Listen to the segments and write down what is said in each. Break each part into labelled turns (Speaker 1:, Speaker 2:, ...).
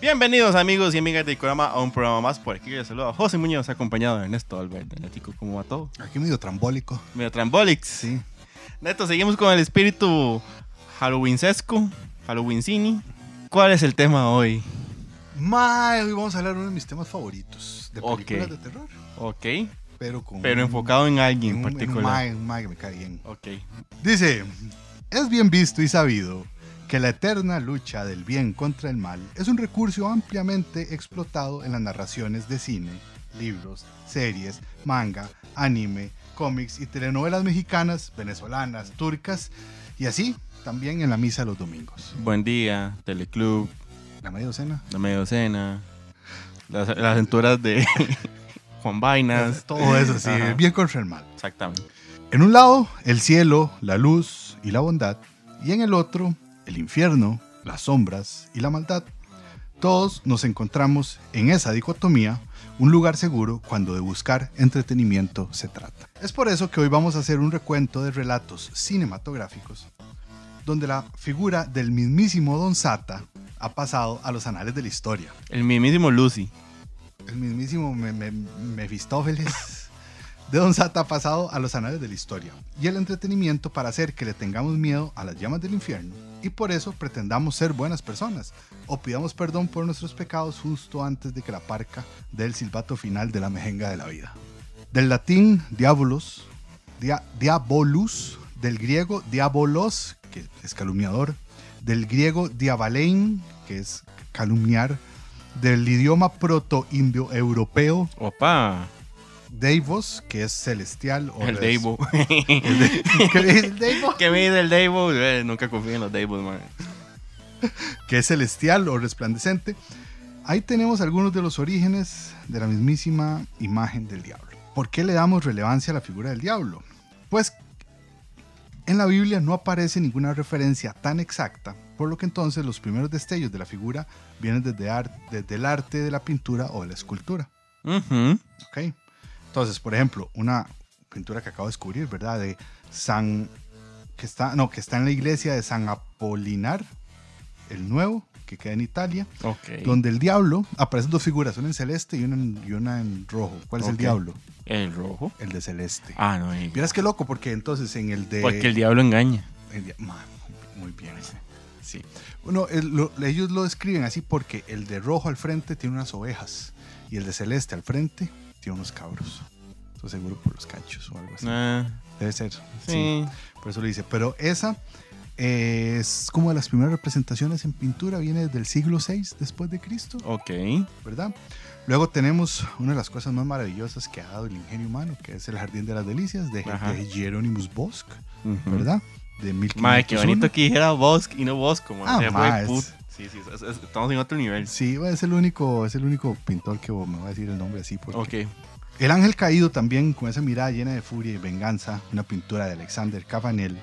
Speaker 1: Bienvenidos amigos y amigas de Icorama a un programa más por aquí. Les saludo a José Muñoz, acompañado de Ernesto Alberto. Netico, ¿cómo va todo?
Speaker 2: Aquí medio trambólico.
Speaker 1: Medio Trambolics.
Speaker 2: Sí.
Speaker 1: Neto, seguimos con el espíritu Halloweensesco, Halloweencini. ¿Cuál es el tema hoy?
Speaker 2: Mae, hoy vamos a hablar de uno de mis temas favoritos de
Speaker 1: Ok.
Speaker 2: películas de terror.
Speaker 1: Ok,
Speaker 2: Pero con.
Speaker 1: pero
Speaker 2: un-
Speaker 1: enfocado en alguien en
Speaker 2: un- un
Speaker 1: particular.
Speaker 2: mae, un mae que me cae bien.
Speaker 1: Ok,
Speaker 2: Dice: Es bien visto y sabido que la eterna lucha del bien contra el mal es un recurso ampliamente explotado en las narraciones de cine, libros, series, manga, anime, cómics y telenovelas mexicanas, venezolanas, turcas y así también en la misa los domingos.
Speaker 1: buen día, Teleclub,
Speaker 2: La media docena.
Speaker 1: La Mediocena, las, las aventuras de Juan Vainas.
Speaker 2: Todo eso, sí,
Speaker 1: Ajá,
Speaker 2: el bien contra el mal.
Speaker 1: Exactamente.
Speaker 2: En un lado, el cielo, la luz y la bondad, y en el otro, el infierno, las sombras y la maldad. Todos nos encontramos en esa dicotomía, un lugar seguro cuando de buscar entretenimiento se trata. Es por eso que hoy vamos a hacer un recuento de relatos cinematográficos, donde la figura del mismísimo Don Sata ha pasado a los anales de la historia.
Speaker 1: El mismísimo Lucy.
Speaker 2: El mismísimo Me- Me- Mefistófeles de Don Sata ha pasado a los anales de la historia y el entretenimiento para hacer que le tengamos miedo a las llamas del infierno y por eso pretendamos ser buenas personas o pidamos perdón por nuestros pecados justo antes de que la parca dé el silbato final de la mejenga de la vida. Del latín diabolos, dia- diabolus, del griego diabolos, que es calumniador, del griego diabalein, que es calumniar, del idioma proto-indio-europeo,
Speaker 1: Opa,
Speaker 2: Deivos, que es celestial. O
Speaker 1: el
Speaker 2: res-
Speaker 1: Deibo.
Speaker 2: que es Deivos,
Speaker 1: ¿Qué me dice el Deibo? Eh, nunca confío en los Deibos, man.
Speaker 2: que es celestial o resplandecente. Ahí tenemos algunos de los orígenes de la mismísima imagen del diablo. ¿Por qué le damos relevancia a la figura del diablo? Pues en la Biblia no aparece ninguna referencia tan exacta, por lo que entonces los primeros destellos de la figura vienen desde, ar- desde el arte de la pintura o de la escultura.
Speaker 1: Ujú.
Speaker 2: ¿ok? Entonces, por ejemplo, una pintura que acabo de descubrir, ¿verdad? De San... Que está, no, que está en la iglesia de San Apolinar, el nuevo, que queda en Italia,
Speaker 1: Ok.
Speaker 2: donde el diablo, aparecen dos figuras, una en celeste y una en, y una en rojo. ¿Cuál es el
Speaker 1: Ok.
Speaker 2: diablo?
Speaker 1: ¿El rojo?
Speaker 2: El de celeste.
Speaker 1: Ah, no, eh.
Speaker 2: Vieras qué loco, porque entonces en el de...
Speaker 1: Porque el diablo engaña.
Speaker 2: el dia- ma, muy bien. Sí. Bueno, el- lo- ellos lo describen así porque el de rojo al frente tiene unas ovejas y el de celeste al frente tiene unos cabros. Estoy seguro por los cachos o algo así.
Speaker 1: Ah,
Speaker 2: Debe ser. Sí.
Speaker 1: sí.
Speaker 2: Por eso lo dice. Pero esa eh, es como de las primeras representaciones en pintura, viene del siglo VI después de Cristo,
Speaker 1: Ok.
Speaker 2: ¿verdad? Luego tenemos una de las cosas más maravillosas que ha dado el ingenio humano, que es el Jardín de las Delicias de,
Speaker 1: Ajá.
Speaker 2: de Hieronymus Bosch,
Speaker 1: Ujú.
Speaker 2: ¿verdad? De 1501.
Speaker 1: Mae, qué bonito que dijera Bosque y no Bosco, man.
Speaker 2: Ah,
Speaker 1: O sea, fue
Speaker 2: mae, es-
Speaker 1: put- Sí, sí, es- es- estamos en otro nivel.
Speaker 2: Sí, es el único, es el único pintor que me va a decir el nombre así. Porque
Speaker 1: Ok.
Speaker 2: El ángel caído también, con esa mirada llena de furia y venganza, una pintura de Alexander Cavanel,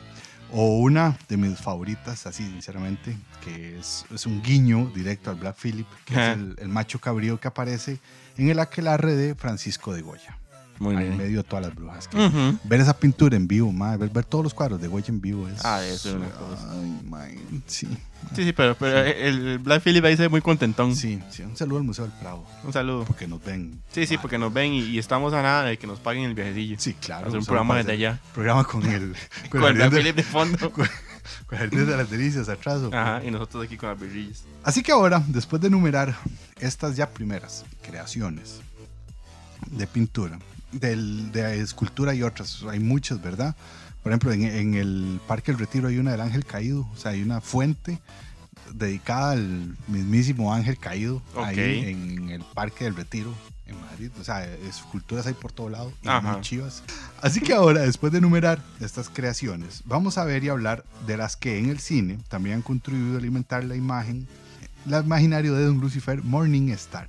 Speaker 2: o una de mis favoritas, así sinceramente, que es, es un guiño directo al Black Philip, que
Speaker 1: Ajá.
Speaker 2: es el, el macho cabrío que aparece en el aquelarre de Francisco de Goya,
Speaker 1: Muy
Speaker 2: ahí en
Speaker 1: bien.
Speaker 2: medio de todas las brujas. que-
Speaker 1: Ujú.
Speaker 2: Ver esa pintura en vivo, mae, ver, ver todos los cuadros de Goya en vivo es...
Speaker 1: Ah, eso es una cosa.
Speaker 2: Ay, mae, sí,
Speaker 1: Sí, sí, pero, pero el Black Phillip ahí se ve muy contentón.
Speaker 2: Ah. sí, sí, un saludo al Museo del Prado,
Speaker 1: Un saludo.
Speaker 2: porque nos ven.
Speaker 1: Sí, sí,
Speaker 2: mae.
Speaker 1: porque nos ven y, y estamos a nada de que nos paguen el viajecillo.
Speaker 2: Sí, claro.
Speaker 1: Hacer un
Speaker 2: solo
Speaker 1: programa
Speaker 2: para
Speaker 1: desde
Speaker 2: hacer-
Speaker 1: allá.
Speaker 2: Programa con el...
Speaker 1: Con, el
Speaker 2: el
Speaker 1: Black
Speaker 2: Jardín de-
Speaker 1: Phillip de fondo.
Speaker 2: con jardines de las delicias atrás. ¿o qué?
Speaker 1: Ajá, y nosotros aquí con las birrillas.
Speaker 2: Así que ahora, después de enumerar estas ya primeras creaciones de pintura, del- de escultura y otras, hay muchas, ¿verdad? Por ejemplo, en, en el Parque El Retiro hay una del Ángel Caído, o sea, hay una fuente dedicada al mismísimo Ángel Caído
Speaker 1: Ok.
Speaker 2: ahí en el Parque del Retiro en Madrid. O sea, esculturas hay por todo lado y
Speaker 1: Ajá.
Speaker 2: muy chivas. Así que ahora, después de enumerar estas creaciones, vamos a ver y hablar de las que en el cine también han contribuido a alimentar la imagen, la imaginario de Don Lucifer Morning Star,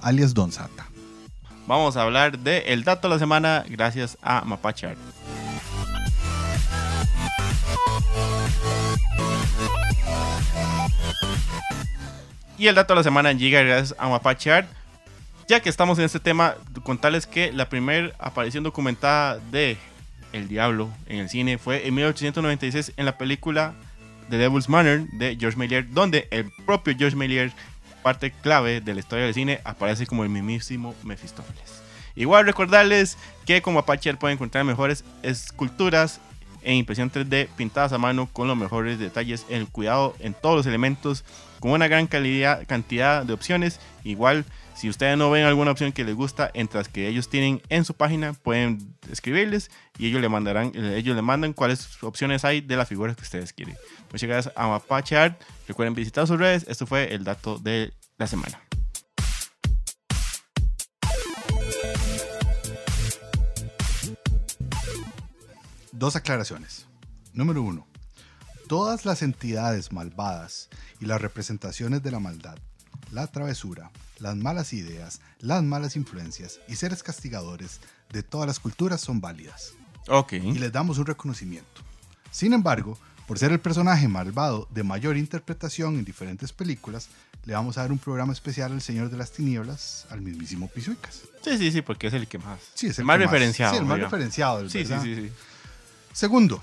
Speaker 2: alias Don Santa.
Speaker 1: Vamos a hablar de El Dato de la Semana gracias a Mapache Art. Y el dato de la semana llega gracias a Mapache Art. Ya que estamos en este tema, contarles que la primera aparición documentada de El Diablo en el cine fue en 1896 en la película The Devil's Manor de George Méliès, donde el propio George Méliès parte clave de la historia del cine, aparece como el mismísimo Mefistófeles. Igual recordarles que como Apache pueden encontrar mejores esculturas en impresión 3D pintadas a mano con los mejores detalles, el cuidado en todos los elementos, con una gran calidad, cantidad de opciones. Igual, si ustedes no ven alguna opción que les gusta, entre las que ellos tienen en su página, pueden escribirles y ellos le mandarán, eh, ellos le mandan cuáles opciones hay de las figuras que ustedes quieren. Muchas gracias a Mapache Art. Recuerden visitar sus redes. Esto fue el dato de la semana.
Speaker 2: Dos aclaraciones. Número uno. Todas las entidades malvadas y las representaciones de la maldad, la travesura, las malas ideas, las malas influencias y seres castigadores de todas las culturas son válidas
Speaker 1: Ok.
Speaker 2: y les damos un reconocimiento. Sin embargo, por ser el personaje malvado de mayor interpretación en diferentes películas, le vamos a dar un programa especial al Señor de las Tinieblas, al mismísimo Pizuicas.
Speaker 1: Sí, sí, sí, porque es el que más.
Speaker 2: Sí, es el
Speaker 1: más
Speaker 2: que
Speaker 1: referenciado.
Speaker 2: Sí, el más
Speaker 1: digamos.
Speaker 2: referenciado.
Speaker 1: Sí, sí,
Speaker 2: ¿verdad?
Speaker 1: sí, sí.
Speaker 2: Segundo,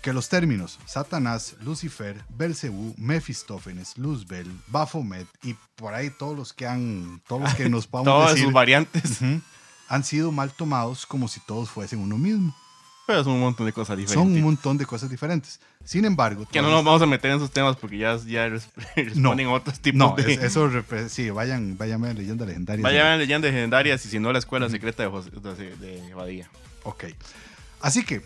Speaker 2: que los términos Satanás, Lucifer, Belcebú, Mefistófenes, Luzbel, Baphomet y por ahí todos los que han, todos los que nos podamos
Speaker 1: Todas
Speaker 2: decir,
Speaker 1: sus variantes.
Speaker 2: ujú, han sido mal tomados como si todos fuesen uno mismo.
Speaker 1: Pero son un montón de cosas diferentes.
Speaker 2: Son un montón de cosas diferentes. Sin embargo,
Speaker 1: Que no
Speaker 2: todas-
Speaker 1: nos vamos a meter en esos temas porque ya, ya res- responden otros tipos
Speaker 2: No,
Speaker 1: de.
Speaker 2: es- eso repre- sí, vayan, vayan a ver leyenda legendaria.
Speaker 1: Vaya vean leyendas legendarias y si no la escuela secreta de, José- de- de Badía.
Speaker 2: Ok. Así que,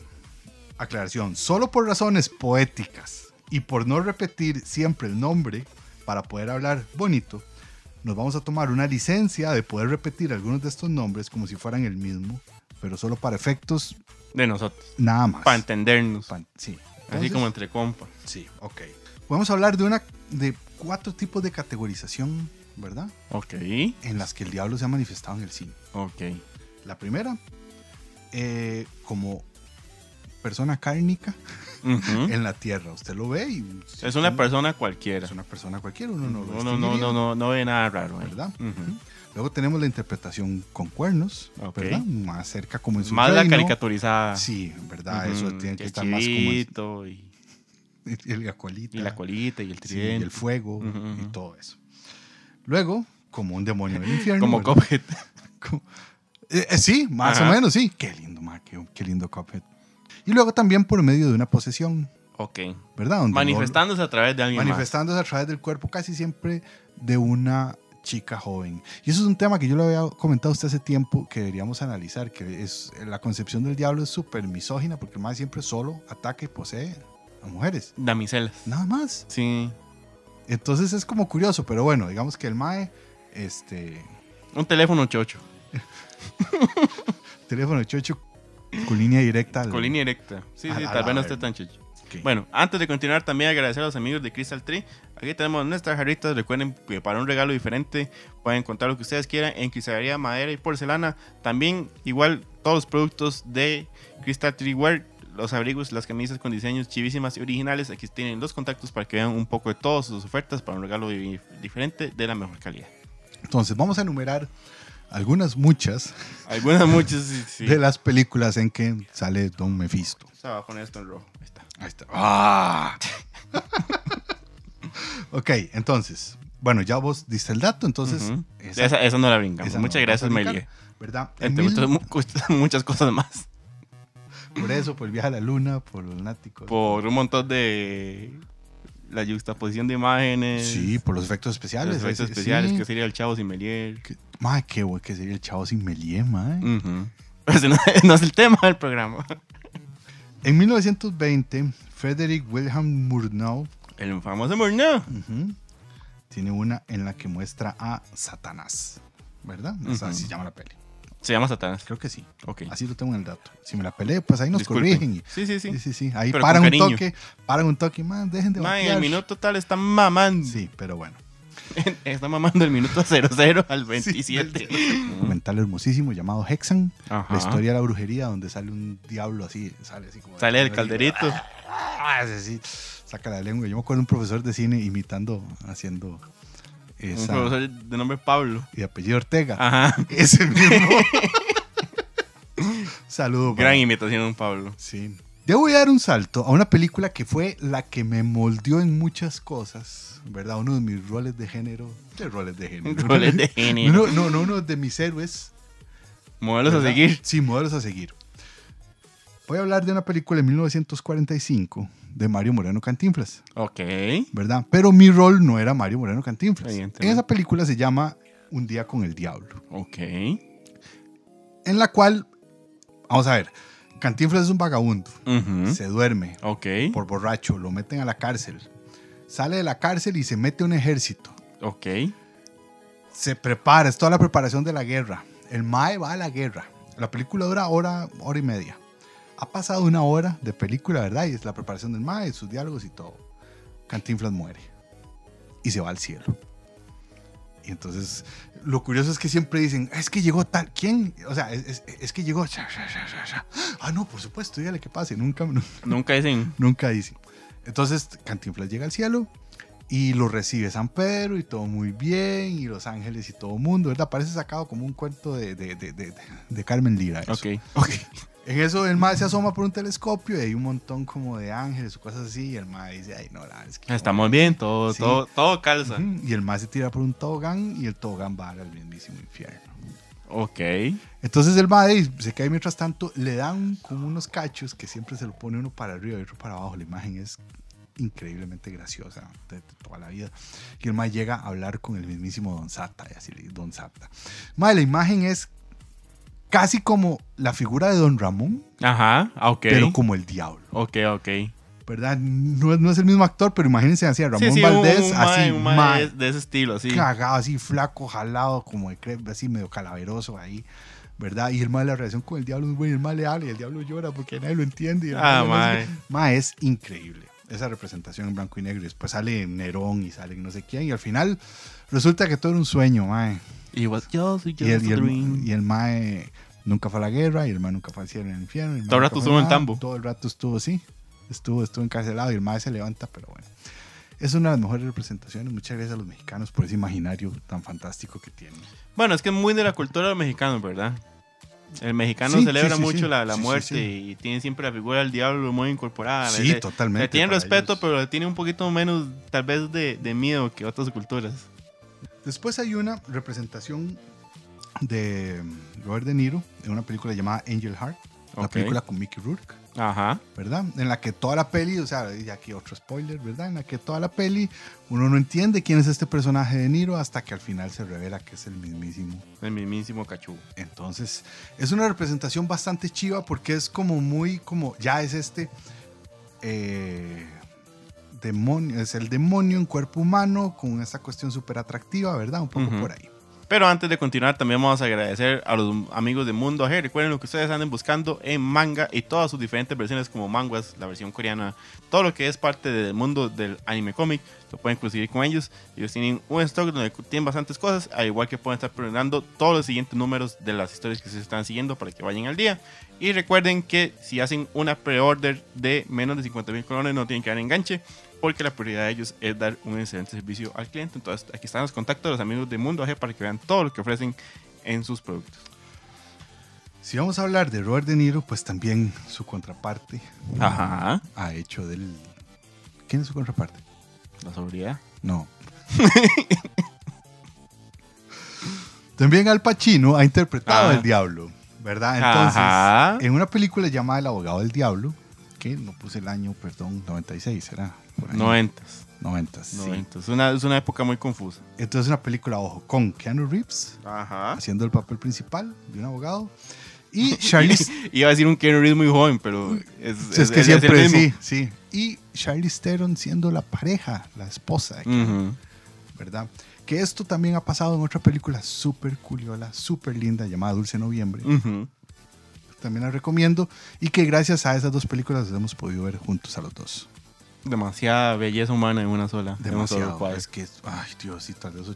Speaker 2: aclaración, solo por razones poéticas y por no repetir siempre el nombre para poder hablar bonito, nos vamos a tomar una licencia de poder repetir algunos de estos nombres como si fueran el mismo, pero solo para efectos
Speaker 1: De nosotros.
Speaker 2: nada más.
Speaker 1: Para entendernos.
Speaker 2: Pan- sí.
Speaker 1: así
Speaker 2: Entonces,
Speaker 1: como entre compas.
Speaker 2: Sí, ok. Podemos hablar de una de cuatro tipos de categorización, ¿verdad?
Speaker 1: Ok.
Speaker 2: En las que el diablo se ha manifestado en el cine.
Speaker 1: Ok.
Speaker 2: La primera, eh, como persona cárnica
Speaker 1: Ujú.
Speaker 2: en la tierra. Usted lo ve y.
Speaker 1: Es una persona cualquiera.
Speaker 2: Es una persona cualquiera, uno no
Speaker 1: No,
Speaker 2: lo
Speaker 1: no, no,
Speaker 2: distinguiría.
Speaker 1: no, no, no ve nada raro ahí.
Speaker 2: ¿Verdad?
Speaker 1: Ujú.
Speaker 2: Luego tenemos la interpretación con cuernos,
Speaker 1: Ok.
Speaker 2: ¿verdad? Más cerca como en su
Speaker 1: Más la
Speaker 2: reino.
Speaker 1: caricaturizada.
Speaker 2: Sí, ¿verdad? Eso
Speaker 1: Ujú,
Speaker 2: tiene que
Speaker 1: el
Speaker 2: estar más como. en-
Speaker 1: chivito y,
Speaker 2: El, la colita.
Speaker 1: y la colita y el
Speaker 2: sí, y
Speaker 1: tridente.
Speaker 2: el fuego
Speaker 1: Ujú, ujú.
Speaker 2: y todo eso. Luego, como un demonio del infierno.
Speaker 1: como
Speaker 2: ¿verdad?
Speaker 1: Cophead.
Speaker 2: Como- Eh, eh, sí, más
Speaker 1: Ajá.
Speaker 2: o menos, sí. Qué lindo, ma, qué, qué lindo Cuphead. Y luego también por medio de una posesión,
Speaker 1: Ok.
Speaker 2: ¿verdad? Donde
Speaker 1: Manifestándose a través de
Speaker 2: lo-
Speaker 1: alguien más.
Speaker 2: manifestándose a través del cuerpo casi siempre de una chica joven. Y eso es un tema que yo le había comentado a usted hace tiempo que deberíamos analizar, que es la concepción del diablo es súper misógina porque más siempre solo ataca y posee a mujeres.
Speaker 1: Damiselas.
Speaker 2: Nada más.
Speaker 1: Sí.
Speaker 2: Entonces es como curioso, pero bueno, digamos que el Mae, este,
Speaker 1: Un teléfono chocho.
Speaker 2: teléfono 88 con línea directa. al-
Speaker 1: Con línea directa. Sí,
Speaker 2: A
Speaker 1: sí,
Speaker 2: la- a
Speaker 1: tal
Speaker 2: la
Speaker 1: vez no
Speaker 2: verga.
Speaker 1: esté tan chocho.
Speaker 2: Ok.
Speaker 1: Bueno, antes de continuar, también agradecer a los amigos de Crystal Tree. Aquí tenemos nuestras jarritas. Recuerden que para un regalo diferente pueden encontrar lo que ustedes quieran en cristalería, madera y porcelana. También, igual, todos los productos de Crystal Tree Wear, los abrigos, las camisas con diseños chivísimas y originales. Aquí tienen los contactos para que vean un poco de todas sus ofertas para un regalo di- diferente de la mejor calidad.
Speaker 2: Entonces, vamos a enumerar algunas, muchas
Speaker 1: Algunas, muchas, sí. sí.
Speaker 2: de las películas en que sale Don Mephisto.
Speaker 1: O sea, voy a poner esto en rojo. Ahí está.
Speaker 2: Ahí está. ¡Ah! ok, entonces, bueno, ya vos diste el dato, entonces.
Speaker 1: Ujú.
Speaker 2: esa-
Speaker 1: esa, esa no la brincamos.
Speaker 2: esa no
Speaker 1: Muchas
Speaker 2: la vamos a
Speaker 1: gracias,
Speaker 2: brincar,
Speaker 1: Melie. Este,
Speaker 2: ¿Verdad? En
Speaker 1: Entre
Speaker 2: mil-
Speaker 1: otras mu- muchas cosas más.
Speaker 2: por eso, por el viaje a la luna, por los lunáticos.
Speaker 1: por un montón de la juxtaposición de imágenes.
Speaker 2: sí, por los efectos
Speaker 1: los
Speaker 2: especiales.
Speaker 1: efectos
Speaker 2: sí,
Speaker 1: especiales,
Speaker 2: sí.
Speaker 1: que sería el Chavo sin Melier.
Speaker 2: Que- Mae, qué bueno que sería el chavo sin meliema, eh.
Speaker 1: Ujú. Pero ese no, no es el tema del programa.
Speaker 2: En 1920, Frederick Wilhelm Murnau
Speaker 1: El famoso Murnau.
Speaker 2: Ujú. Tiene una en la que muestra a Satanás, ¿verdad? O sea,
Speaker 1: Ujú.
Speaker 2: así se llama la peli.
Speaker 1: Se llama Satanás.
Speaker 2: Creo que sí.
Speaker 1: Ok.
Speaker 2: Así lo tengo en el dato. Si me la peleé, pues ahí nos
Speaker 1: Disculpen.
Speaker 2: corrigen. y-
Speaker 1: Sí, sí,
Speaker 2: Sí,
Speaker 1: sí.
Speaker 2: sí, sí. Ahí
Speaker 1: Pero
Speaker 2: paran
Speaker 1: con
Speaker 2: un
Speaker 1: cariño.
Speaker 2: toque, paran un toque, man, dejen de
Speaker 1: Ma, en
Speaker 2: batear.
Speaker 1: el minuto tal está mamando.
Speaker 2: Sí, pero bueno.
Speaker 1: Está mamando el minuto 00 al 27.
Speaker 2: Un documental hermosísimo llamado Hexan,
Speaker 1: Ajá.
Speaker 2: la historia de la brujería, donde sale un diablo así, sale así como...
Speaker 1: Sale del calderito.
Speaker 2: Ah, ese sí, saca la lengua. Yo me acuerdo un profesor de cine imitando, haciendo
Speaker 1: Un
Speaker 2: esa...
Speaker 1: profesor Ah. de nombre Pablo.
Speaker 2: Y de apellido Ortega.
Speaker 1: Ajá.
Speaker 2: Ese mismo. Saludo. para-
Speaker 1: Gran imitación de un Pablo.
Speaker 2: Sí. Di, Debo dar un salto a una película que fue la que me moldeó en muchas cosas, ¿verdad? Uno de mis roles de género. De roles de género.
Speaker 1: Roles de género.
Speaker 2: No, no, no, uno de mis héroes.
Speaker 1: Modelos a
Speaker 2: ¿verdad?
Speaker 1: seguir.
Speaker 2: Sí, modelos a seguir. Voy a hablar de una película de 1945 de Mario Moreno Cantinflas,
Speaker 1: Ok.
Speaker 2: ¿verdad? Pero mi rol no era Mario Moreno Cantinflas. En
Speaker 1: Evidentemente.
Speaker 2: esa película se llama Un día con el diablo
Speaker 1: Ok.
Speaker 2: en la cual, vamos a ver, Cantinflas es un vagabundo,
Speaker 1: Ujú.
Speaker 2: se duerme
Speaker 1: Ok.
Speaker 2: por borracho, lo meten a la cárcel, sale de la cárcel y se mete a un ejército,
Speaker 1: Ok.
Speaker 2: se prepara, es toda la preparación de la guerra, el Mae va a la guerra, la película dura hora, hora y media, ha pasado una hora de película, ¿verdad? Y es la preparación del Mae, sus diálogos y todo. Cantinflas muere y se va al cielo. Y entonces, lo curioso es que siempre dicen, es que llegó tal, ¿quién? O sea, es, es- es que llegó... sha, sha, sha, sha, sha". Ah, no, por supuesto, dígale que pase, nunca, nu-
Speaker 1: Nunca dicen.
Speaker 2: nunca dice. Entonces, Cantinflas llega al cielo y lo recibe San Pedro y todo muy bien, y Los Ángeles y todo mundo, ¿verdad? Parece sacado como un cuento de, de- de- de- de Carmen Lira. eso.
Speaker 1: Ok.
Speaker 2: Ok. En eso el mae se asoma por un telescopio y hay un montón como de ángeles o cosas así y el mae dice, ay no, la verdad es que... no".
Speaker 1: Estamos bien, todo,
Speaker 2: Sí.
Speaker 1: todo, todo calza.
Speaker 2: Ujú, Y el mae se tira por un tobogán y el tobogán va al mismísimo infierno.
Speaker 1: Ok.
Speaker 2: Entonces el mae dice, se cae mientras tanto, le dan como unos cachos que siempre se lo pone uno para arriba y otro para abajo. La imagen es increíblemente graciosa de, de toda la vida. Y el mae llega a hablar con el mismísimo Don Sata y así le dice, Don Sata. Mae, la imagen es casi como la figura de Don Ramón,
Speaker 1: Ajá. ah, Ok.
Speaker 2: pero como el diablo.
Speaker 1: Ok, ok.
Speaker 2: ¿verdad? No, es- no es el mismo actor, pero imagínense así a Ramón
Speaker 1: sí, sí, un-
Speaker 2: Valdés,
Speaker 1: un
Speaker 2: así,
Speaker 1: mae, un mae
Speaker 2: mae,
Speaker 1: de- de ese estilo, sí.
Speaker 2: cagado, así flaco, jalado, como de crepe, así medio calaveroso ahí, ¿verdad? Y el mal la relación con el diablo es buena, el mal le habla y el diablo llora porque nadie lo entiende. y el
Speaker 1: Ah,
Speaker 2: mae no sé qué. Mae, es increíble esa representación en blanco y negro. Y después sale Nerón y sale no sé quién, y al final resulta que todo era un sueño, mae.
Speaker 1: Y was just, just
Speaker 2: Y el, y
Speaker 1: a
Speaker 2: el-
Speaker 1: dream.
Speaker 2: y el mae nunca fue a la guerra, y el mae nunca fue al cielo en el infierno. y mae
Speaker 1: Todo el
Speaker 2: nunca
Speaker 1: rato
Speaker 2: fue
Speaker 1: estuvo en
Speaker 2: nada,
Speaker 1: tambo.
Speaker 2: Todo el rato estuvo así. Estuvo, estuvo encarcelado y el mae se levanta, pero bueno. Es una de las mejores representaciones. Muchas gracias a los mexicanos por ese imaginario tan fantástico que tienen.
Speaker 1: Bueno, es que es muy de la cultura de los mexicanos, ¿verdad? El mexicano
Speaker 2: Sí,
Speaker 1: celebra
Speaker 2: sí, sí,
Speaker 1: mucho
Speaker 2: sí.
Speaker 1: la, la
Speaker 2: Sí, sí,
Speaker 1: muerte
Speaker 2: sí.
Speaker 1: y tiene siempre la figura del diablo muy incorporada.
Speaker 2: Sí,
Speaker 1: Ah, Le- le-
Speaker 2: totalmente,
Speaker 1: Le tienen
Speaker 2: para
Speaker 1: respeto,
Speaker 2: ellos.
Speaker 1: pero le tiene un poquito menos, tal vez, de, de miedo que otras culturas.
Speaker 2: Después hay una representación de Robert De Niro en una película llamada Angel Heart, una
Speaker 1: Ok.
Speaker 2: película con Mickey Rourke.
Speaker 1: Ajá.
Speaker 2: ¿verdad? En la que toda la peli, o sea, y aquí otro spoiler, ¿verdad? En la que toda la peli uno no entiende quién es este personaje de Niro hasta que al final se revela que es el mismísimo.
Speaker 1: El mismísimo cachú.
Speaker 2: Entonces, es una representación bastante chiva porque es como muy, como ya es este eh, demonio, es el demonio en cuerpo humano con esta cuestión súper atractiva, ¿verdad? Un poco
Speaker 1: Ujú.
Speaker 2: por ahí.
Speaker 1: Pero antes de continuar, también vamos a agradecer a los amigos de Mundo AG. Recuerden lo que ustedes anden buscando en manga y todas sus diferentes versiones, como manguas, la versión coreana, todo lo que es parte del mundo del anime cómic, lo pueden conseguir con ellos. Ellos tienen un stock donde tienen bastantes cosas, al igual que pueden estar preguntando todos los siguientes números de las historias que se están siguiendo para que vayan al día. Y recuerden que si hacen una pre-order de menos de 50 mil colones, no tienen que dar enganche porque la prioridad de ellos es dar un excelente servicio al cliente. Entonces, aquí están los contactos de los amigos de Mundo AG para que vean todo lo que ofrecen en sus productos.
Speaker 2: Si vamos a hablar de Robert De Niro, pues también su contraparte
Speaker 1: Ajá,
Speaker 2: ha hecho del... ¿Quién es su contraparte?
Speaker 1: la seguridad.
Speaker 2: No. También Al Pacino ha interpretado
Speaker 1: Ah.
Speaker 2: al diablo, ¿verdad? Entonces,
Speaker 1: Ajá.
Speaker 2: en una película llamada El abogado del diablo, que no puse el año, perdón, 96 era. Por ahí.
Speaker 1: 90.
Speaker 2: 90, sí.
Speaker 1: Es, una, es una época muy confusa.
Speaker 2: Entonces, una película, ojo, con Keanu Reeves
Speaker 1: Ajá.
Speaker 2: haciendo el papel principal de un abogado y Charlize
Speaker 1: Iba a decir un Keanu Reeves muy joven, pero es,
Speaker 2: Sí, es que siempre sí, sí. Y Charlize Theron siendo la pareja, la esposa de
Speaker 1: Ujú.
Speaker 2: ¿verdad? Que esto también ha pasado en otra película súper culiola, súper linda, llamada Dulce Noviembre.
Speaker 1: Ujú.
Speaker 2: También la recomiendo y que gracias a esas dos películas las hemos podido ver juntos a los dos.
Speaker 1: Demasiada belleza humana en una sola. en un solo
Speaker 2: Demasiado.
Speaker 1: cuadro.
Speaker 2: Es que, ay Diosito, de eso-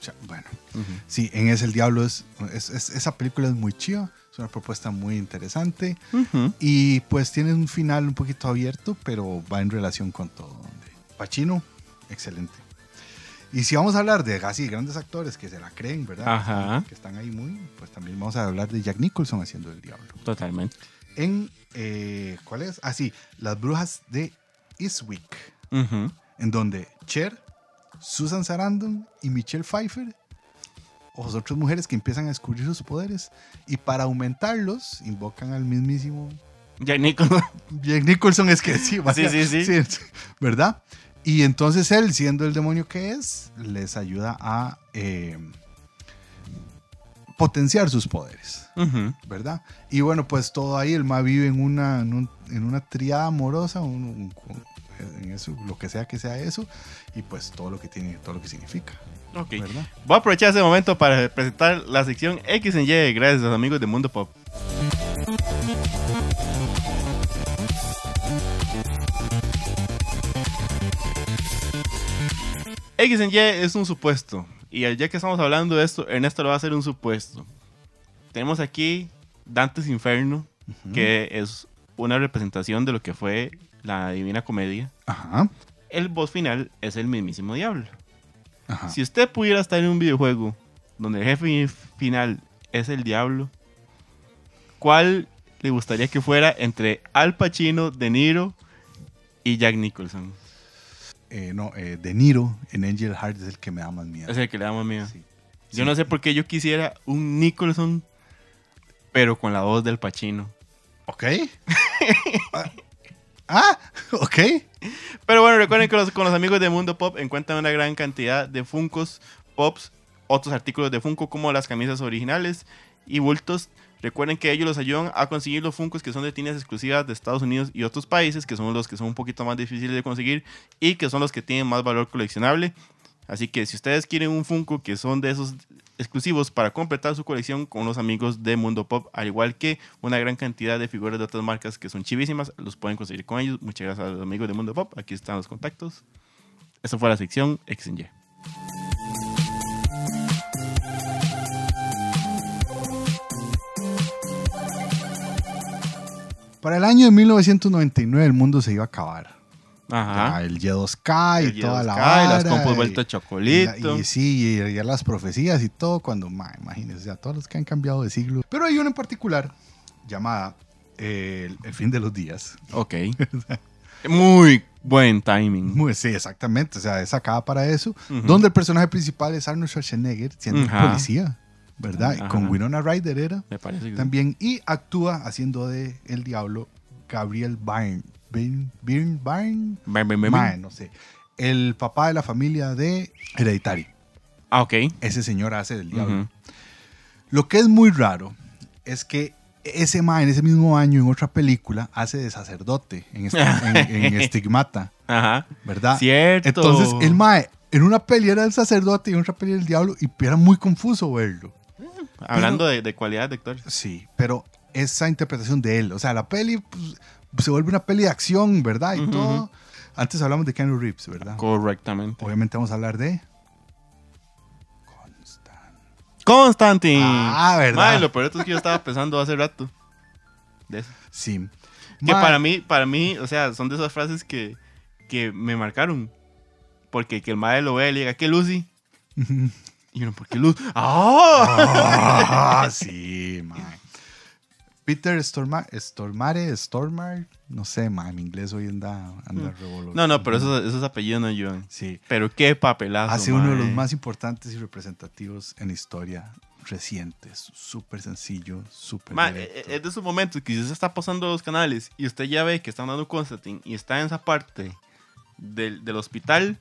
Speaker 2: cha- Bueno,
Speaker 1: Ujú.
Speaker 2: sí, en Es el Diablo es, es- es- esa película es muy chiva, es una propuesta muy interesante
Speaker 1: Ujú.
Speaker 2: y pues tiene un final un poquito abierto, pero va en relación con todo. donde Pacino, excelente. Y si vamos a hablar de así grandes actores que se la creen, ¿verdad?
Speaker 1: Ajá.
Speaker 2: Que están ahí muy, pues también vamos a hablar de Jack Nicholson haciendo el diablo.
Speaker 1: Totalmente.
Speaker 2: en. eh, ¿Cuál es? Ah, sí, Las Brujas de Eastwick.
Speaker 1: Ujú.
Speaker 2: en donde Cher, Susan Sarandon y Michelle Pfeiffer, o las otras mujeres que empiezan a descubrir sus poderes, y para aumentarlos invocan al mismísimo
Speaker 1: Jack Nicholson.
Speaker 2: Jack Nicholson, es que sí, vaya,
Speaker 1: sí, sí.
Speaker 2: ¿verdad? Y entonces él, siendo el demonio que es, les ayuda a eh, potenciar sus poderes.
Speaker 1: Ujú.
Speaker 2: ¿verdad? Y bueno, pues todo ahí, el ma vive en una, en un- en una triada amorosa, un- un- un- en eso, lo que sea que sea eso, y pues todo lo que tiene, todo lo que significa,
Speaker 1: Ok.
Speaker 2: ¿verdad?
Speaker 1: Voy a aprovechar este momento para presentar la sección X en Y. Gracias a los amigos de Mundo Pop. X en Y es un supuesto. Y al- ya que estamos hablando de esto, Ernesto lo va a hacer un supuesto. Tenemos aquí Dantes Inferno,
Speaker 2: Mm.
Speaker 1: que es una representación de lo que fue la Divina Comedia.
Speaker 2: Ajá,
Speaker 1: El boss final es el mismísimo diablo.
Speaker 2: ajá.
Speaker 1: Si usted pudiera estar en un videojuego donde el jefe final es el diablo, ¿cuál le gustaría que fuera entre Al Pacino, De Niro y Jack Nicholson?
Speaker 2: Eh, no, eh, De Niro en Angel Heart es el que me da más miedo.
Speaker 1: Es el que le da más miedo.
Speaker 2: Sí.
Speaker 1: Yo no sé por qué yo quisiera un Nicholson, pero con la voz del Pacino.
Speaker 2: ¿Ok? ah, ah, ok.
Speaker 1: Pero bueno, recuerden que los- con los amigos de Mundo Pop encuentran una gran cantidad de Funcos, Pops, otros artículos de Funko como las camisas originales y bultos. Recuerden que ellos los ayudan a conseguir los Funcos que son de tiendas exclusivas de Estados Unidos y otros países, que son los que son un poquito más difíciles de conseguir y que son los que tienen más valor coleccionable. Así que si ustedes quieren un Funko que son de esos exclusivos para completar su colección con los amigos de Mundo Pop, al igual que una gran cantidad de figuras de otras marcas que son chivísimas, los pueden conseguir con ellos. Muchas gracias a los amigos de Mundo Pop, aquí están los contactos. Esa fue la sección X en Y.
Speaker 2: Para el año de 1999 el mundo se iba a acabar.
Speaker 1: Ajá.
Speaker 2: Ya, el Y2K y
Speaker 1: El
Speaker 2: toda la
Speaker 1: Y2K,
Speaker 2: vara.
Speaker 1: las compus
Speaker 2: y-
Speaker 1: vueltas
Speaker 2: Y la-
Speaker 1: chocolito.
Speaker 2: Y, sí, y, ya las profecías y todo, cuando, ma, imagínense, o sea, todos los que han cambiado de siglo. Pero hay una en particular llamada eh, el, el fin de los días.
Speaker 1: Ok. Muy buen timing.
Speaker 2: Muy- Sí, exactamente, o sea, es sacada para eso.
Speaker 1: Ujú.
Speaker 2: Donde el personaje principal es Arnold Schwarzenegger, siendo un
Speaker 1: Ajá.
Speaker 2: policía, ¿verdad? Y con
Speaker 1: Ajá.
Speaker 2: Winona Ryder era
Speaker 1: Me parece que
Speaker 2: también. Y actúa haciendo de El Diablo Gabriel Byrne. Byrne, Byrne, Byrne,
Speaker 1: Ven, ven, ven, ven.
Speaker 2: Mae, no sé. El papá de la familia de Hereditary.
Speaker 1: Ah, ok.
Speaker 2: Ese señor hace del diablo.
Speaker 1: Ujú.
Speaker 2: Lo que es muy raro es que ese ma en ese mismo año, en otra película, hace de sacerdote en, este- en- en Estigmata,
Speaker 1: Ajá.
Speaker 2: ¿verdad?
Speaker 1: Cierto.
Speaker 2: Entonces, el mae en una peli era el sacerdote y en otra peli era el diablo, y era muy confuso verlo.
Speaker 1: Hablando de, de cualidad de actor.
Speaker 2: Sí, pero esa interpretación de él, o sea, la peli pues, se vuelve una peli de acción, ¿verdad? Y
Speaker 1: Ujú,
Speaker 2: todo. Antes hablamos de Keanu Reeves, ¿verdad?
Speaker 1: Correctamente.
Speaker 2: Obviamente vamos a hablar de. Constan-
Speaker 1: Constantine.
Speaker 2: Ah, ¿verdad?
Speaker 1: Madre, lo peor de todo es que yo estaba pensando hace rato. De eso.
Speaker 2: Sí.
Speaker 1: Que
Speaker 2: Mae,
Speaker 1: para mí, para mí, o sea, son de esas frases que, que me marcaron. Porque que el madre lo vea y le diga, ¿qué Lucy? y uno, ¿por qué Lucy? ¡Ah!
Speaker 2: Ah, sí, mae. Peter Stormare, Stormare, Stormare, no sé, mae, mi inglés hoy anda, anda revolviendo.
Speaker 1: Mm. No, no, pero esos, esos apellidos no ayudan.
Speaker 2: Sí,
Speaker 1: Pero qué papelazo.
Speaker 2: hace uno de
Speaker 1: mae.
Speaker 2: los más importantes y representativos en la historia reciente. Es Súper sencillo, súper
Speaker 1: Ma, eh,
Speaker 2: directo.
Speaker 1: eh, es de esos momentos que usted se está pasando los canales y usted ya ve que están dando Constantine y está en esa parte del, del hospital.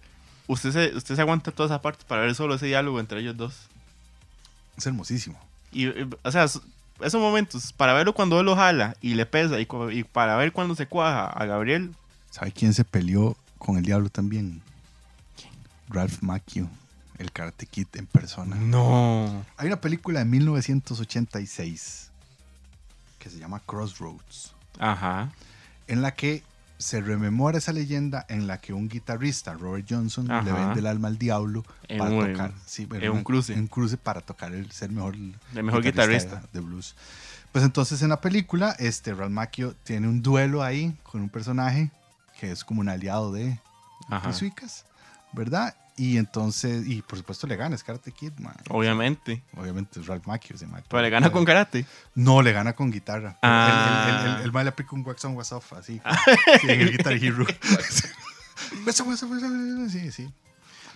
Speaker 1: Usted se, usted se aguanta toda esa parte para ver solo ese diálogo entre ellos dos. eh.
Speaker 2: Es hermosísimo.
Speaker 1: Y, eh, o sea, es- esos momentos, para verlo cuando él lo jala y le pesa, y, cu- y para ver cuando se cuaja a Gabriel,
Speaker 2: ¿Sabe quién se peleó con el diablo también? Ralph Macchio, el Karate Kid en persona.
Speaker 1: Mm. No.
Speaker 2: Hay una película de 1986 que se llama Crossroads,
Speaker 1: Ajá.
Speaker 2: en la que se rememora esa leyenda en la que un guitarrista, Robert Johnson, le
Speaker 1: Ajá.
Speaker 2: vende el alma al diablo
Speaker 1: En
Speaker 2: para
Speaker 1: un-
Speaker 2: tocar. sí,
Speaker 1: en un
Speaker 2: una-
Speaker 1: cruce.
Speaker 2: en un cruce para tocar el ser mejor,
Speaker 1: El mejor guitarrista.
Speaker 2: de blues. Pues entonces en la película, este Ralph Macchio tiene un duelo ahí con un personaje que es como un aliado de
Speaker 1: Ajá.
Speaker 2: los suicas, ¿verdad? Y entonces, y por supuesto le gana, es Karate Kid, man.
Speaker 1: Obviamente.
Speaker 2: Obviamente es Ralph Macchio ese man.
Speaker 1: Pero le gana con karate.
Speaker 2: No, le gana con guitarra.
Speaker 1: Ah.
Speaker 2: El, el, el, el man le aplica un wax on, wax off, así. Sí, en el Guitar Hero. Wax on, wax off, wax on, sí, sí.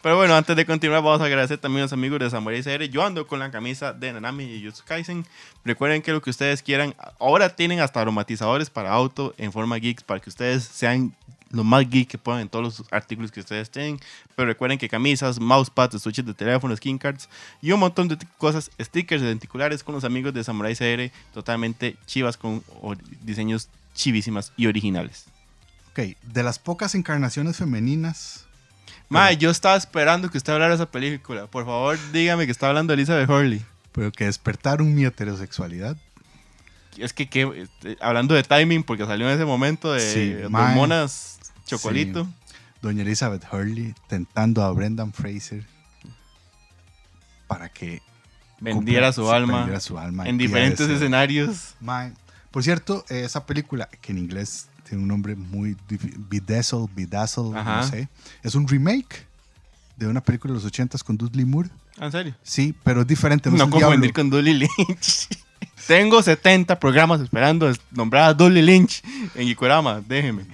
Speaker 1: Pero bueno, antes de continuar, vamos a agradecer también a los amigos de Samurai CR. Yo ando con la camisa de Nanami y Jujutsu Kaisen. Recuerden que lo que ustedes quieran, ahora tienen hasta aromatizadores para auto en forma geeks para que ustedes sean lo más geek que puedan en todos los artículos que ustedes tienen. Pero recuerden que camisas, mousepads, estuches de teléfono, skin cards y un montón de t- cosas, stickers denticulares con los amigos de Samurai CR, totalmente chivas con or- diseños chivísimas y originales.
Speaker 2: Ok, de las pocas encarnaciones femeninas
Speaker 1: Mae, yo estaba esperando que usted hablara de esa película. Por favor, dígame que está hablando Elizabeth Hurley.
Speaker 2: pero que despertaron mi heterosexualidad.
Speaker 1: Es que, que, este, hablando de timing, porque salió en ese momento de
Speaker 2: Sí,
Speaker 1: de
Speaker 2: mae.
Speaker 1: Monas Chocolito.
Speaker 2: Doña Elizabeth Hurley tentando a Brendan Fraser para que
Speaker 1: Vendiera
Speaker 2: compre-
Speaker 1: su alma
Speaker 2: vendiera su alma y
Speaker 1: en
Speaker 2: pida
Speaker 1: diferentes
Speaker 2: ese-
Speaker 1: escenarios.
Speaker 2: Mae. Por cierto, eh, esa película, que en inglés tiene un nombre muy difí- Bedazzle, Bedazzle,
Speaker 1: Ajá.
Speaker 2: no sé, es un remake de una película de los 80s con Dudley Moore.
Speaker 1: Ah, ¿En serio?
Speaker 2: Sí, pero es diferente. No,
Speaker 1: No
Speaker 2: es el diablo.
Speaker 1: confundir con Dolly Lynch. Tengo 70 programas esperando es- nombrar a Dolly Lynch en Ikurama. Déjeme.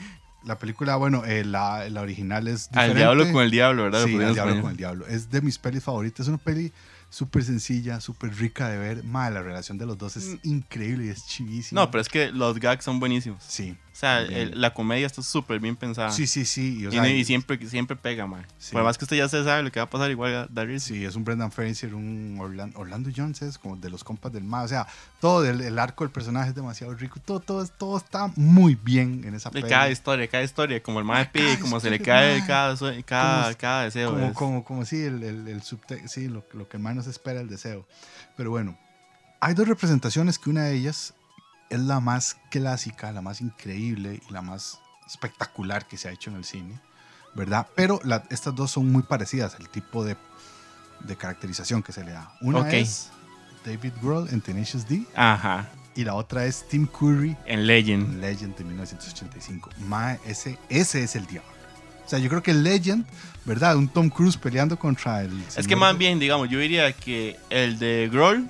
Speaker 2: La película, bueno, eh, la, la original es diferente.
Speaker 1: Al diablo con el diablo, ¿verdad? Lo
Speaker 2: Sí,
Speaker 1: pusieron
Speaker 2: Al
Speaker 1: en
Speaker 2: Diablo
Speaker 1: español.
Speaker 2: con el Diablo. Es de mis pelis favoritas. Es una peli súper sencilla, súper rica de ver. Madre, la relación de los dos es increíble y es chivísima.
Speaker 1: Mm. No, pero es que los gags son buenísimos.
Speaker 2: Sí.
Speaker 1: O sea,
Speaker 2: Bien.
Speaker 1: el- la comedia está súper bien pensada.
Speaker 2: Sí, sí, sí. Y, o
Speaker 1: Ah. Y,
Speaker 2: sea,
Speaker 1: no- y siempre, siempre pega, man.
Speaker 2: Sí.
Speaker 1: Por más que usted ya se sabe lo que va a pasar, igual da risa.
Speaker 2: sí, es un Brendan Fraser, un Orlan- Orlando Jones, es como de los compas del mar. O sea, todo el, el arco del personaje es demasiado rico. Todo, todo, todo está muy bien en esa
Speaker 1: De
Speaker 2: peli.
Speaker 1: cada historia, cada historia, como el más
Speaker 2: cada
Speaker 1: pide, como se le
Speaker 2: historia,
Speaker 1: cae
Speaker 2: mae.
Speaker 1: cada, sue- cada,
Speaker 2: Como es-
Speaker 1: cada deseo.
Speaker 2: como,
Speaker 1: es-
Speaker 2: como, como sí, el, el, el subte- sí, lo, lo que más nos espera el deseo. Pero bueno, hay dos representaciones que una de ellas es la más clásica, la más increíble y la más espectacular que se ha hecho en el cine, ¿verdad? Pero la- estas dos son muy parecidas, el tipo de, de caracterización que se le da. Una
Speaker 1: Ok.
Speaker 2: es David Grohl en Tenacious D
Speaker 1: Ajá,
Speaker 2: y la otra es Tim Curry
Speaker 1: en Legend.
Speaker 2: Legend de 1985. Mae, ese, ese es el diablo. O sea, yo creo que Legend, ¿verdad? Un Tom Cruise peleando contra el.
Speaker 1: Es
Speaker 2: señor
Speaker 1: que más
Speaker 2: de-
Speaker 1: bien, digamos, yo diría que el de Groll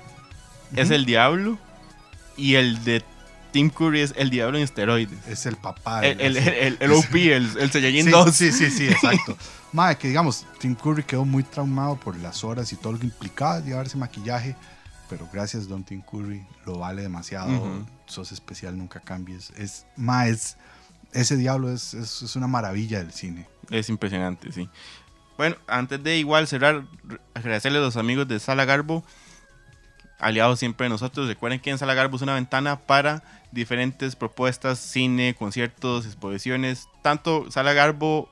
Speaker 1: es el diablo y el de Tim Curry es el diablo en esteroides.
Speaker 2: Es el papá.
Speaker 1: El,
Speaker 2: del-
Speaker 1: el, el, el- el OP, el, el Saiyajin
Speaker 2: sí,
Speaker 1: 2.
Speaker 2: sí, sí, sí, exacto. Mae, que digamos, Tim Curry quedó muy traumado por las horas y todo lo que implicaba llevarse maquillaje. Pero gracias, Don Tim Curry, lo vale demasiado.
Speaker 1: Ujú.
Speaker 2: Sos especial, nunca cambies. Es, mae, es- ese diablo es, es, es una maravilla del cine.
Speaker 1: Es impresionante, sí. Bueno, antes de igual cerrar, re- agradecerle a los amigos de Sala Garbo, aliados siempre de nosotros. Recuerden que en Sala Garbo es una ventana para diferentes propuestas, cine, conciertos, exposiciones. Tanto Sala Garbo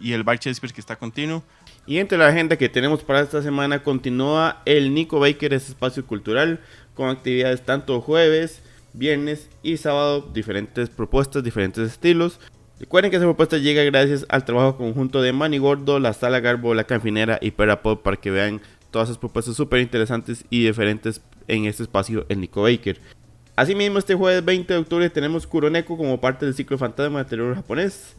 Speaker 1: y el Bar Shakespeare que está continuo. Y entre la agenda que tenemos para esta semana continúa el Nico Baker, es espacio cultural, con actividades tanto jueves, viernes y sábado, diferentes propuestas, diferentes estilos. Recuerden que esa propuesta llega gracias al trabajo conjunto de Manigordo, la Sala Garbo, la Canfinera y Perapod para que vean todas esas propuestas súper interesantes y diferentes en este espacio el Nico Baker. Asimismo, este jueves 20 de octubre tenemos Kuroneko como parte del ciclo Fantasma del terror japonés.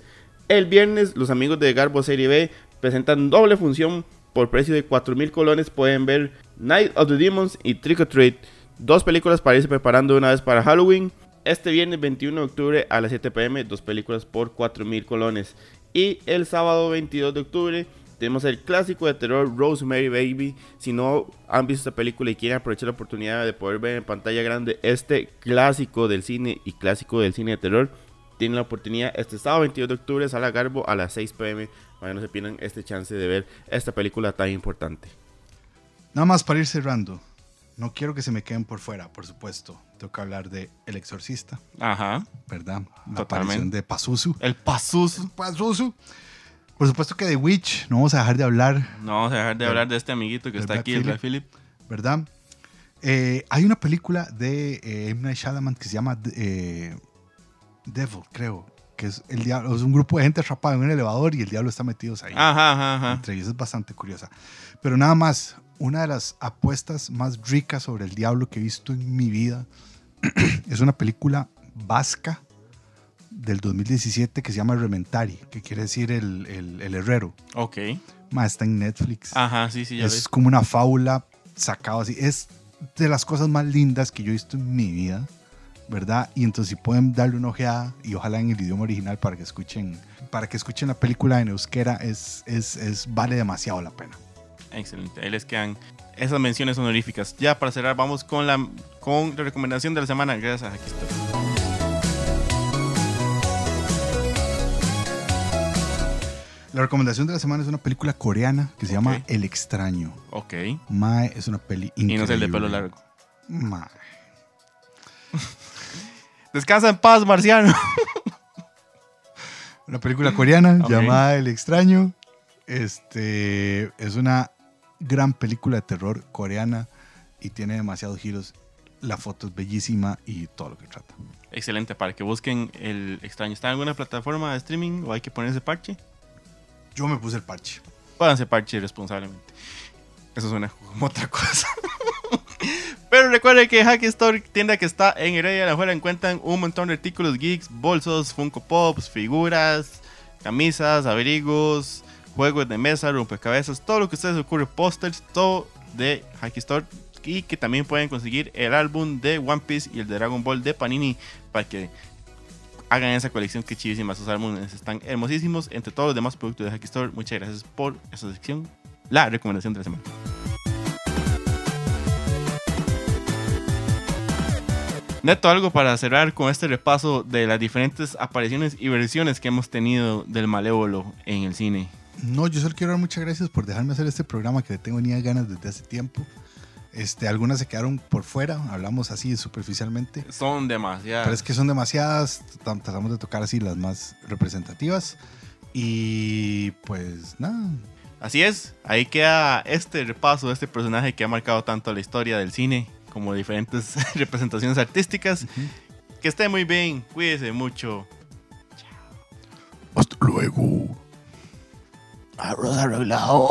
Speaker 1: El viernes, los amigos de Garbo Serie B presentan doble función por precio de 4.000 colones. Pueden ver Night of the Demons y Trick or Treat, dos películas para irse preparando de una vez para Halloween. Este viernes 21 de octubre a las 7 pm, dos películas por 4.000 colones. Y el sábado 22 de octubre tenemos el clásico de terror Rosemary Baby. Si no han visto esta película y quieren aprovechar la oportunidad de poder ver en pantalla grande este clásico del cine y clásico del cine de terror, tienen la oportunidad este sábado 22 de octubre, sala Garbo a las 6 pm, para que no se pierdan este chance de ver esta película tan importante.
Speaker 2: Nada más para ir cerrando, no quiero que se me queden por fuera, por supuesto. Tengo que hablar de El Exorcista,
Speaker 1: Ajá,
Speaker 2: ¿verdad? La
Speaker 1: Totalmente.
Speaker 2: aparición de Pazuzu.
Speaker 1: el Pazuzu.
Speaker 2: Pazuzu. Por supuesto que de Witch, no vamos a dejar de hablar,
Speaker 1: No vamos a dejar de
Speaker 2: El-
Speaker 1: hablar de este amiguito que
Speaker 2: el
Speaker 1: está
Speaker 2: Black
Speaker 1: aquí, el Black Phillip.
Speaker 2: ¿verdad? Eh, hay una película de eh, M. Night Shyamalan que se llama eh, Devil, creo. Que es, el diablo, es un grupo de gente atrapada en un elevador y el diablo está metido ahí.
Speaker 1: Ajá, ajá, ajá.
Speaker 2: Entre ellos es bastante curiosa. Pero nada más, una de las apuestas más ricas sobre el diablo que he visto en mi vida es una película vasca del 2017 que se llama Rementari, que quiere decir el, el- el herrero,
Speaker 1: Ok.
Speaker 2: Ma, está en Netflix.
Speaker 1: Ajá, sí, sí, ya
Speaker 2: es
Speaker 1: ves.
Speaker 2: como una fábula sacado así. Es de las cosas más lindas que yo he visto en mi vida, ¿verdad? Y entonces si pueden darle una ojeada y ojalá en el idioma original para que escuchen, para que escuchen la película en euskera, es, es, es vale demasiado la pena.
Speaker 1: Excelente. Ahí les quedan esas menciones honoríficas. Ya para cerrar, vamos con la, con la recomendación de la semana. Gracias, aquí estoy.
Speaker 2: La recomendación de la semana es una película coreana que se llama
Speaker 1: Ok.
Speaker 2: El extraño.
Speaker 1: Ok.
Speaker 2: Mae es una peli increíble.
Speaker 1: Y no es el de pelo largo.
Speaker 2: Mae.
Speaker 1: Descansa en paz, Marciano.
Speaker 2: Una película coreana
Speaker 1: Ok.
Speaker 2: llamada El extraño. Este es una gran película de terror coreana y tiene demasiados giros. La foto es bellísima y todo lo que trata.
Speaker 1: Excelente, para que busquen el extraño. ¿Está en alguna plataforma de streaming o hay que ponerse parche?
Speaker 2: Yo me puse el parche.
Speaker 1: Pónganse parche responsablemente. Eso suena como otra cosa. Pero recuerden que Hack Store, tienda que está en Heredia, la encuentran un montón de artículos geeks, bolsos, Funko Pops, figuras, camisas, abrigos, juegos de mesa, rompecabezas, todo lo que ustedes ocurre, pósters, todo de Hack Store. Y que también pueden conseguir el álbum de One Piece y el de Dragon Ball de Panini para que hagan esa colección que chivísima. Sus álbumes están hermosísimos. Entre todos los demás productos de Hack Store, muchas gracias por esta sección. La recomendación de la semana. Neto, algo para cerrar con este repaso de las diferentes apariciones y versiones que hemos tenido del malévolo en el cine.
Speaker 2: No, yo solo quiero dar muchas gracias por dejarme hacer este programa que le tengo ni ganas desde hace tiempo. Este, algunas se quedaron por fuera, hablamos así superficialmente.
Speaker 1: Son demasiadas.
Speaker 2: Pero es que son demasiadas, tra- tratamos de tocar así las más representativas. Y pues nada,
Speaker 1: Así es, ahí queda este repaso de este personaje que ha marcado tanto la historia del cine como diferentes representaciones artísticas. Que esté muy bien, cuídese mucho.
Speaker 2: hasta luego.
Speaker 3: Arroz arreglado.